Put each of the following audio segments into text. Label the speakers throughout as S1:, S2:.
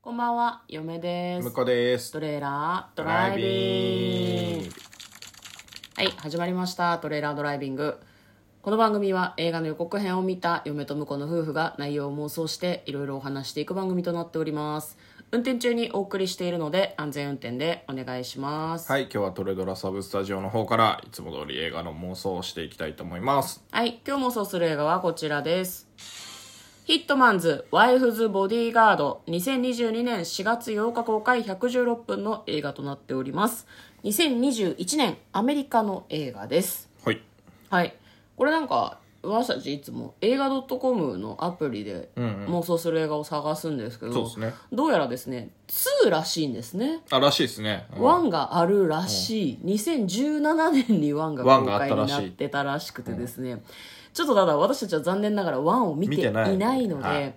S1: こんばんは、嫁です
S2: 向。こうです
S1: トレーラードライビング。はい、始まりました。トレーラードライビング。この番組は映画の予告編を見た嫁と婿の夫婦が内容を妄想していろいろお話していく番組となっております。運転中にお送りしているので安全運転でお願いします。
S2: はい今日はトレドラサブスタジオの方からいつも通り映画の妄想をしていきたいと思います
S1: はい、今日妄想する映画はこちらです。ヒットマンズ・ワイフズ・ボディーガード2022年4月8日公開116分の映画となっております。2021年アメリカの映画です。
S2: はい
S1: はい。これなんか、私たちいつも映画 .com のアプリで妄想する映画を探すんですけど、
S2: そうですね
S1: どうやらですね、2らしいんですね。
S2: あらしいですね、うん
S1: ワンがあるらしい、2017年にワンが
S2: ワン
S1: 公
S2: があっ
S1: 開
S2: た
S1: に
S2: らしい
S1: なってたらしくてですね、ちょっとただ私たちは残念ながらワンを見て
S2: 見
S1: い
S2: て
S1: な
S2: ないい
S1: ので、
S2: はい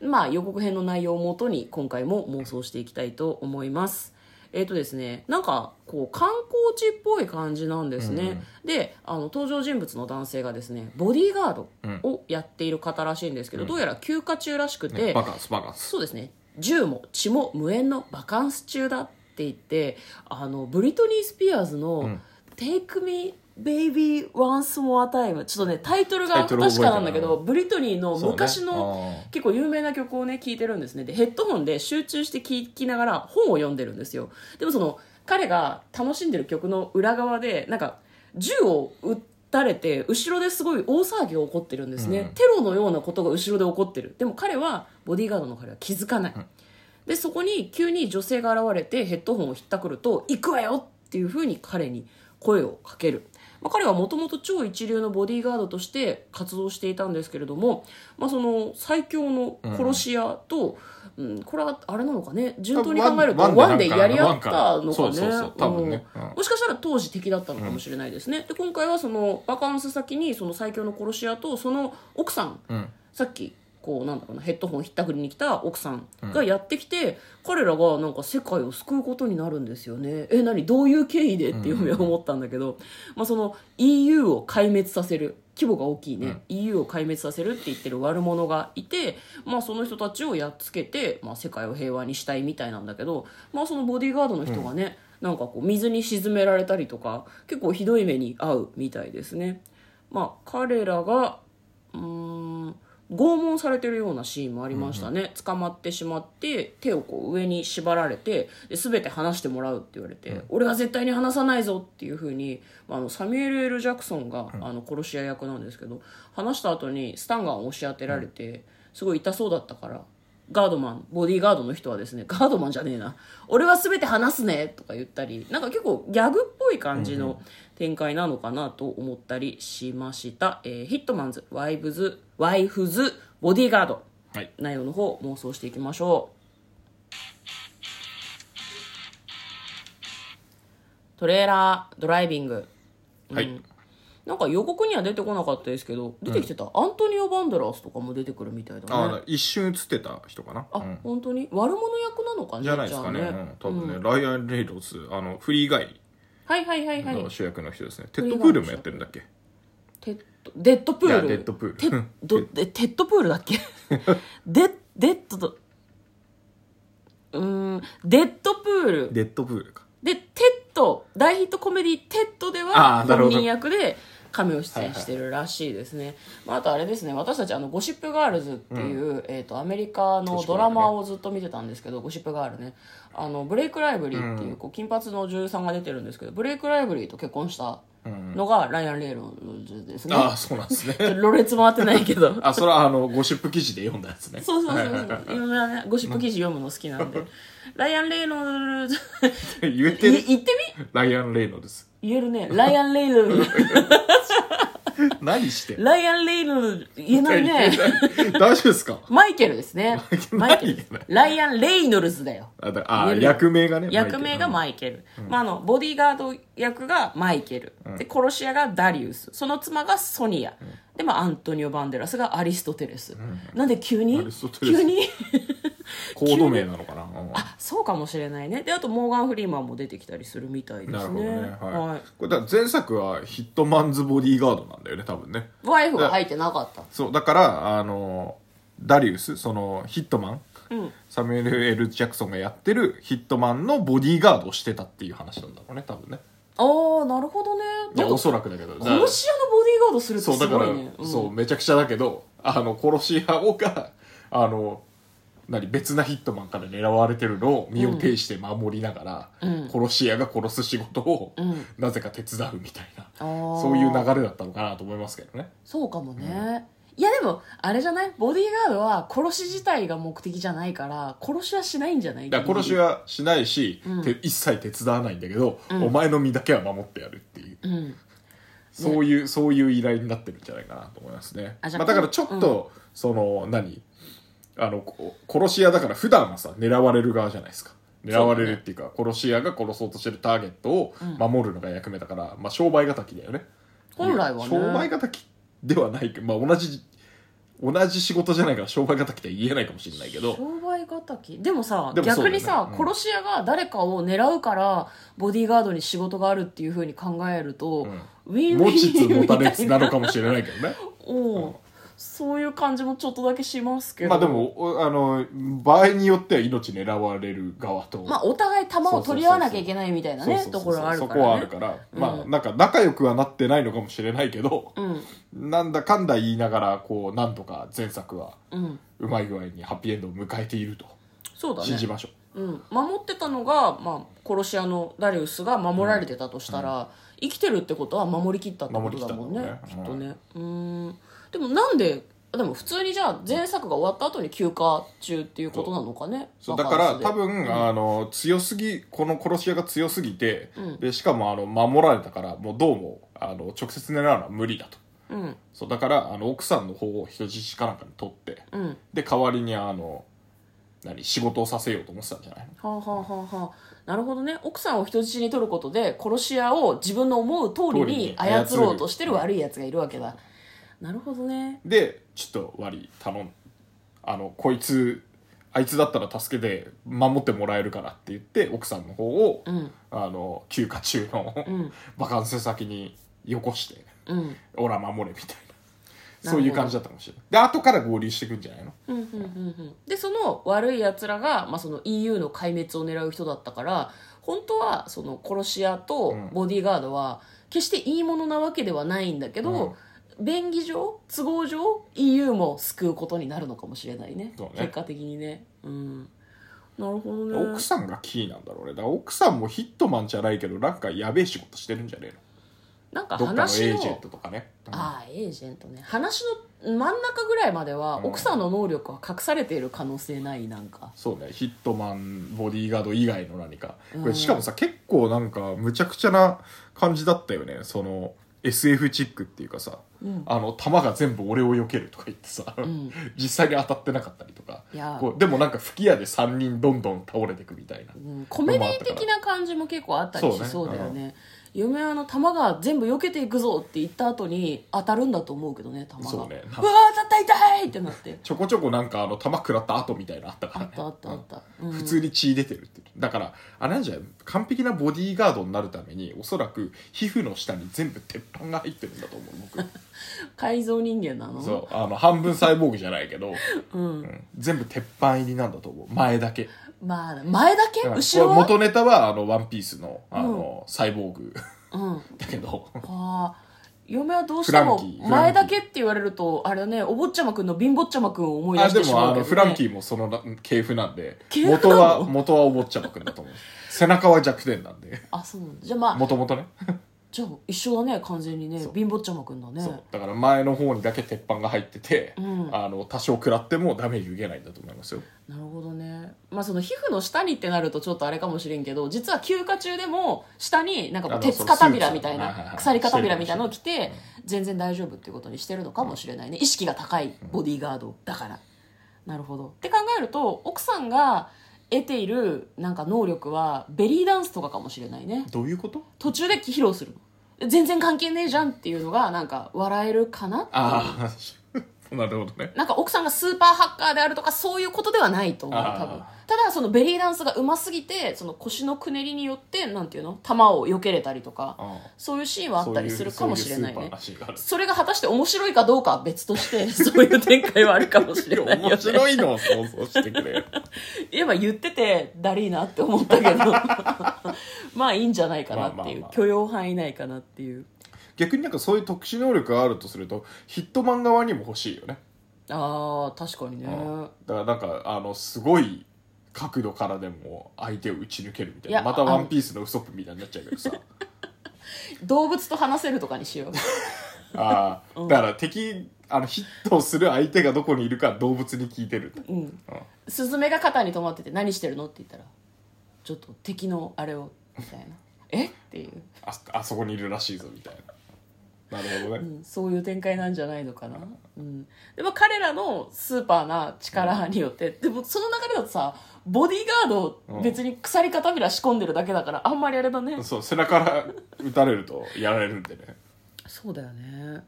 S1: まあ予告編の内容をもとに今回も妄想していきたいと思います。えーとですね、なんかこう観光地っぽい感じなんですね、であの登場人物の男性がですねボディーガードをやっている方らしいんですけど、どうやら休暇中らしくて、
S2: バカンスバカンス
S1: そうですね銃も血も無縁のバカンス中だって言ってあのブリトニー・スピアーズの「Take Me Baby Once More Time」ちょっとねタイトル
S2: タ
S1: が
S2: イト
S1: 確
S2: ル覚えて
S1: か
S2: ない
S1: なんだけどブリトニーの昔
S2: そう
S1: の
S2: ねあ
S1: 結構有名な曲をね聴いてるんですねでヘッドホンで集中して聴きながら本を読んでるんですよでもその彼が楽しんでる曲の裏側でなんか銃を撃たれて後ろですごい大騒ぎが起こってるんですね、テロのようなことが後ろで起こってるでも彼はボディーガードの彼は気づかない、でそこに急に女性が現れてヘッドホンをひったくると「行くわよ!」っていうふうに彼に声をかける、まあ、彼はもともと超一流のボディーガードとして活動していたんですけれども、まあ、その最強の殺し屋と、うんこれはあれなのかね順当に考えると
S2: ワン
S1: ワンで
S2: ワンでなんか
S1: やり合ったのか
S2: ワンからそう
S1: ね
S2: そうそう多分ねうん
S1: もしかしたら当時敵だったのかもしれないですね、で今回はそのバカンス先にその最強の殺し屋とその奥さん、
S2: ん
S1: さっきこうなんだろうなヘッドホンひったくりに来た奥さんがやってきて、彼らがなんか世界を救うことになるんですよねえ何どういう経緯でっていうふうに思ったんだけど、まあ、その EU を壊滅させる規模が大きいね、EU を壊滅させるって言ってる悪者がいて、まあ、その人たちをやっつけて、まあ、世界を平和にしたいみたいなんだけど、まあ、そのボディーガードの人がね、なんかこう水に沈められたりとか結構ひどい目に遭うみたいですね。まあ、彼らがうーん拷問されてるようなシーンもありましたね、捕まってしまって手をこう上に縛られてで全て話してもらうって言われて、俺は絶対に話さないぞっていうふうに、まあ、あのサミュエル・ L ・ジャクソンが、あの殺し屋役なんですけど話した後にスタンガンを押し当てられて、すごい痛そうだったからガードマンボディーガードの人はですねガードマンじゃねえな俺は全て話すねとか言ったりなんか結構ギャグっぽい感じの展開なのかなと思ったりしました、えーヒットマンズワイブズワイフズボディーガード
S2: はい
S1: 内容の方妄想していきましょうトレーラードライビング
S2: はい、
S1: なんか予告には出てこなかったですけど出てきてた、アントニオ・バンデラスとかも出てくるみたいだね
S2: あの一瞬映ってた人かな
S1: あ、
S2: うん
S1: 本当に悪者役なのかね
S2: じゃないですかね
S1: じゃあ
S2: うん、多分ね、ライアン・レイロズあのフリーガイ
S1: はいはいはいはい
S2: の主役の人ですね、テッドプールもやってるんだっけ
S1: テッドデッドプー
S2: い
S1: ル
S2: やデッドプール
S1: テッド でテッドプールだっけデデッドとうーんデッドプール
S2: デッドプールか
S1: でテッド大ヒットコメディテッドでは
S2: あーなる
S1: 本
S2: ほど
S1: 人役で亀を出演してるらしいですね、まあ、あとあれですね私たちあのゴシップガールズっていう、えー、とアメリカのドラマをずっと見てたんですけど、ゴシップガールねあのブレイク・ライブリーっていう,、こう金髪の女優さんが出てるんですけどブレイク・ライブリーと結婚したのがライアン・レイローズですね、
S2: ああそうなんですね
S1: ろれつ回ってないけ ど
S2: あそれはあのゴシップ記事で読んだやつね
S1: そうそうそうそう有名なねゴシップ記事読むの好き なんでライアン・レイローズ
S2: 言え
S1: い
S2: て
S1: 言
S2: る
S1: ってみ
S2: ライアン・レイノルズ
S1: 言えるねライアン・レイロー ズ
S2: 何してんの
S1: ライアン・レイノルズ、言えないね。
S2: 大丈夫ですか
S1: マイケルですね。マ
S2: マ
S1: イ
S2: イ
S1: ケ
S2: ケ
S1: ル
S2: ル。
S1: ライアン・レイノルズだよ。
S2: あ、だあ
S1: 言える
S2: 役名がね。
S1: 役名が
S2: マイ
S1: マイケル。まあ、あの、ボディーガード役がマイケル。で、殺し屋がダリウス。その妻がソニア。で、まあ、アントニオ・バンデラスがアリストテレス。なんで急
S2: ア
S1: に
S2: リストテレス
S1: 急に
S2: ケル。コード名なのかなうん
S1: そうかもしれないね。で、あと、モーガン・フリーマンも出てきたりするみたいで
S2: なる
S1: す
S2: ほどね
S1: ね。。
S2: はい。これだから前作はヒットマンズ・ボディーガードなんだよね、多分ね。
S1: ワイフが入ってなかった。
S2: そう、だから、あの、ダリウス、その、ヒットマン
S1: うん
S2: サミュエル・ L ・ジャクソンがやってるヒットマンのボディーガードをしてたっていう話なんだろうね多分ね
S1: ああなるほどね
S2: い
S1: な
S2: や
S1: ん
S2: お
S1: か
S2: そらくだけどだから
S1: 殺し屋のボディーガードするって
S2: そう
S1: す
S2: だか
S1: ご
S2: ら、
S1: いねん
S2: そうめちゃくちゃだけどあの殺し屋をがあの何別なヒットマンから狙われてるのを身を挺して守りながら、
S1: うん
S2: 殺し屋が殺す仕事を、
S1: うん
S2: なぜか手伝うみたいな、
S1: あー
S2: そういう流れだったのかなと思いますけどね
S1: そうかもね、いやでもあれじゃないボディーガードは殺し自体が目的じゃないから殺しはしないんじゃない
S2: だから殺しはしないし、
S1: うん
S2: て一切手伝わないんだけど、
S1: うん
S2: お前の身だけは守ってやるっていう
S1: うん
S2: そういう、そういう依頼になってるんじゃないかなと思いますね。
S1: あじゃあ
S2: まあ、だからちょっと、その、何あの、こ殺し屋だから普段はさ、狙われる側じゃないですか。狙われるっていうか、殺し屋が殺そうとしてるターゲットを守るのが役目だから、まあ、商売敵だよね。
S1: 本来はね
S2: 商売敵ではないけど、まあ、同じ、同じ仕事じゃないから商売敵って言えないかもしれない けど、
S1: 商売敵でもさ
S2: でもそうだ
S1: 逆
S2: よね
S1: にさ、
S2: うん
S1: 殺し屋が誰かを狙うからボディーガードに仕事があるっていうふうに考えると、ウィンウ
S2: 持ちつ
S1: ィン
S2: 持
S1: みた
S2: た
S1: い
S2: れ
S1: な
S2: つなのかもしれないけどね。
S1: おう
S2: うん
S1: そういう感じもちょっとだけしますけど
S2: まあでも、おあの、場合によっては命狙われる側と。
S1: まあお互い弾を取り合わなきゃいけないみたいな
S2: そうそう
S1: ね
S2: そ
S1: と
S2: う
S1: ころはある
S2: そ
S1: か
S2: こは
S1: ら
S2: あ
S1: ね
S2: るから、
S1: うん
S2: まあなんか仲良くはなってないのかもしれないけど、
S1: うん
S2: なんだかんだ言いながらこうなんとか前作は
S1: うん
S2: うまい具合にハッピーエンドを迎えていると
S1: そうだね
S2: 信じましょう、
S1: うん、守ってたのが、まあ、殺し屋のダリウスが守られてたとしたら、生きてるってことは守りきったってことだもんね
S2: 守り
S1: き
S2: き
S1: っ
S2: ったんだ
S1: と
S2: ろう
S1: ね
S2: ね
S1: うーんでもなんででも普通にじゃあ前作が終わった後に休暇中っていうことなのかね
S2: そう
S1: バ
S2: だ
S1: カ
S2: か
S1: ン
S2: ら
S1: スで
S2: 多分、あの強すぎこの殺し屋が強すぎて、
S1: うん
S2: でしかもあの守られたからもうどうもあの直接狙うのは無理だと
S1: うん
S2: そうだからあの奥さんの方を人質かなんかに取って
S1: うんは
S2: で代わりにあの何仕事をさせようと思ってたんじゃないの
S1: あ、はあはあはあ、なるほどね奥さんを人質に取ることで殺し屋を自分の思う通りに
S2: 通りに
S1: 操ろうとしてる悪いやつがいるわけだなるほどね
S2: でちょっと割り頼んあのこいつあいつだったら助けて守ってもらえるからって言って奥さんの方を、
S1: うん
S2: あの休暇中の、
S1: ん
S2: バカンス先によこして
S1: うん
S2: 「オラ守れ」みたい
S1: なるほど
S2: なそういう感じだったかもしれないで後から合流してくんじゃないの
S1: うんうんうんうんでその悪いやつらが、まあ、その EU の壊滅を狙う人だったから本当はその殺し屋と
S2: うん
S1: ボディーガードは決していいものなわけではないんだけど、便宜上都合上 EU も救うことになるのかもしれないね
S2: そうね
S1: 結果的にねうんなるほどね
S2: 奥さんがキーなんだろうねだから奥さんもヒットマンじゃないけどなんかやべえ仕事してるんじゃね
S1: なん
S2: え
S1: か
S2: のどっかのエ
S1: 話
S2: ー
S1: の
S2: ジェントとかねうん
S1: ああエージェントね話の真ん中ぐらいまでは
S2: うん
S1: 奥さんの能力は隠されている可能性ないなんか
S2: そうねヒットマンボディーガード以外の何か
S1: うん
S2: これしかもさ結構なんかむちゃくちゃな感じだったよねその SF チックっていうかさ
S1: うん
S2: あの弾が全部俺を避けるとか言ってさ、
S1: ん
S2: 実際に当たってなかったりとか
S1: いや
S2: こうでもなんか吹き矢で3人どんどん倒れてくみたいな、
S1: うんコメディ的な感じも結構あったりしそうだよ
S2: そう
S1: ね嫁はあの弾が全部避けていくぞって言った後に当たるんだと思うけどね弾が
S2: そうね
S1: うわー当たった痛いってな って
S2: ちょこちょこなんかあの弾食らった後みたいなのあったか
S1: あ
S2: らね
S1: ったあったあった、
S2: うん
S1: うん
S2: 普通に血出てるってだからあれなんじゃない完璧なボディーガードになるためにおそらく皮膚の下に全部鉄板が入ってるんだと思う僕
S1: 改造人間なの
S2: そうあの半分サイボーグじゃないけど、
S1: う、、
S2: うんん全部鉄板入りなんだと思う前だけ
S1: まあ前だけ
S2: うん
S1: 後ろ
S2: これ
S1: は、
S2: 元ネタはあのワンピースのあの、サイボーグ
S1: うん、
S2: だけど
S1: ああ嫁はどうしても
S2: フランキーフランキー
S1: 前だけって言われるとあれだねお坊ちゃまくんの貧乏ちゃまくんを思い出
S2: あ
S1: し
S2: で
S1: てし
S2: も
S1: まうけ
S2: あ
S1: ど、
S2: の
S1: ね、
S2: フランキーもその系譜なんで
S1: 系譜なの
S2: 元は元はお坊ちゃまくんだと思う背中は弱点なんで
S1: あそうなんだじゃあまあ
S2: もともとね
S1: じゃあ一緒だね完全にね
S2: そう
S1: 貧乏ちゃまくんだね
S2: そうだから前の方にだけ鉄板が入ってて、
S1: うん
S2: あの多少食らってもダメージ受けないんだと思いますよ
S1: なるほどねまあその皮膚の下にってなるとちょっとあれかもしれんけど実は休暇中でも下になんかこう
S2: あの
S1: 鉄片びらみたい
S2: そうスーツはいはい
S1: な
S2: はい
S1: 鎖片びらみたいなのを着て全然大丈夫っていうことにしてるのかもしれないね意識が高いボディーガードだからなるほどって考えると奥さんが得ているなんか能力はベリーダンスとかかもしれないね
S2: どういうこと
S1: 途中で披露するの全然関係ねえじゃんっていうのがなんか笑えるかなっていう
S2: ああ なるほどね
S1: なんか奥さんがスーパーハッカーであるとかそういうことではないと思う
S2: あー
S1: 多分ただそのベリーダンスがうますぎてその腰のくねりによってなんていうの球を避けれたりとか
S2: あ
S1: そういうシーンはあったりするかもしれないね
S2: そういうスーパーなシーンがある
S1: それが果たして面白いかどうかは別として そういう展開はあるかもしれないよ
S2: 面
S1: ね
S2: 白いのを想像してくれ よ
S1: 今言っててだりーなって思ったけど まあいいんじゃないかなっていう
S2: まあまあまあ
S1: 許容範囲内かなっていう
S2: 逆になんかそういう特殊能力があるとするとヒットマン側にも欲しいよね、
S1: あー確かにね
S2: うんだからなんかあのすごい角度からでも相手を打ち抜けるみたいない
S1: や
S2: またワンピースのウソップみたいになっちゃうけ どさ
S1: 動物と話せるとかにしよう
S2: ああ、だから敵あのヒットをする相手がどこにいるか動物に聞いてるんだ
S1: うん、スズメが肩に止まってて「何してるの?」って言ったら「ちょっと敵のあれを」みたいな「 えっ?」ていう、
S2: ああそこにいるらしいぞみたいななるほどね、
S1: うん、そういう展開なんじゃないのかな、うん、でも彼らのスーパーな力によってでもその流れだとさボディーガード別に鎖片びら仕込んでるだけだからあんまりあれだね
S2: そう背中から撃たれるとやられるんでね
S1: そうだよね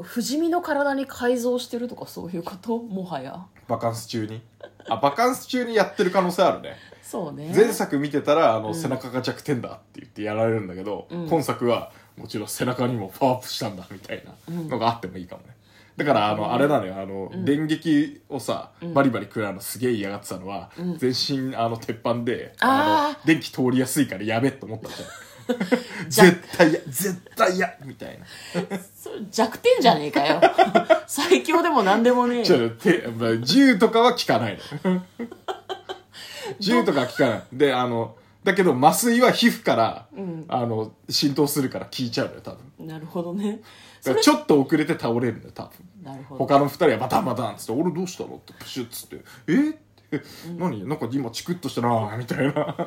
S1: 不死身の体に改造してるとかそういうこともはや
S2: バカンス中にあバカンス中にやってる可能性あるね
S1: そうね
S2: 前作見てたらあの、背中が弱点だって言ってやられるんだけど、
S1: ん
S2: 今作はもちろん背中にもパワーアップしたんだみたいなのがあってもいいかもねだからあの、あれなのよあの、電撃をさバリバリ食らうのすげえ嫌がってたのは、全身あの鉄板であ
S1: あ
S2: の電気通りやすいからやべって思ったじゃん
S1: じゃ
S2: 絶対や絶対やみたいな
S1: それ弱点じゃねえか よ最強でも何でも ねえよ
S2: ちょてまあ銃とかは効かない の銃とかは効かないであのだけど麻酔は皮膚から、あの浸透するから効いちゃうのよ多分
S1: なるほどね。
S2: だからちょっと遅れて倒れるのよ多分
S1: なるほど。
S2: 他の二人はバタンバタンっつって「俺どうしたの?」ってプシュッつって「えっ?」て「何なんか今チクッとしたな」 みたい
S1: あ
S2: な
S1: んま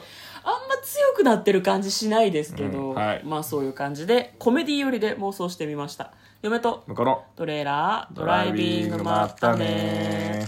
S1: 強くなってる感じしないですけど、
S2: うんはい
S1: まあそういう感じで、コメディ寄りで妄想してみました。嫁と
S2: だから
S1: トレーラー、ド
S2: ド
S1: ラ
S2: ラ
S1: イ
S2: イ
S1: ビン
S2: ビン
S1: グ、
S2: グ
S1: ま
S2: ま
S1: っ
S2: ったた
S1: ね
S2: ね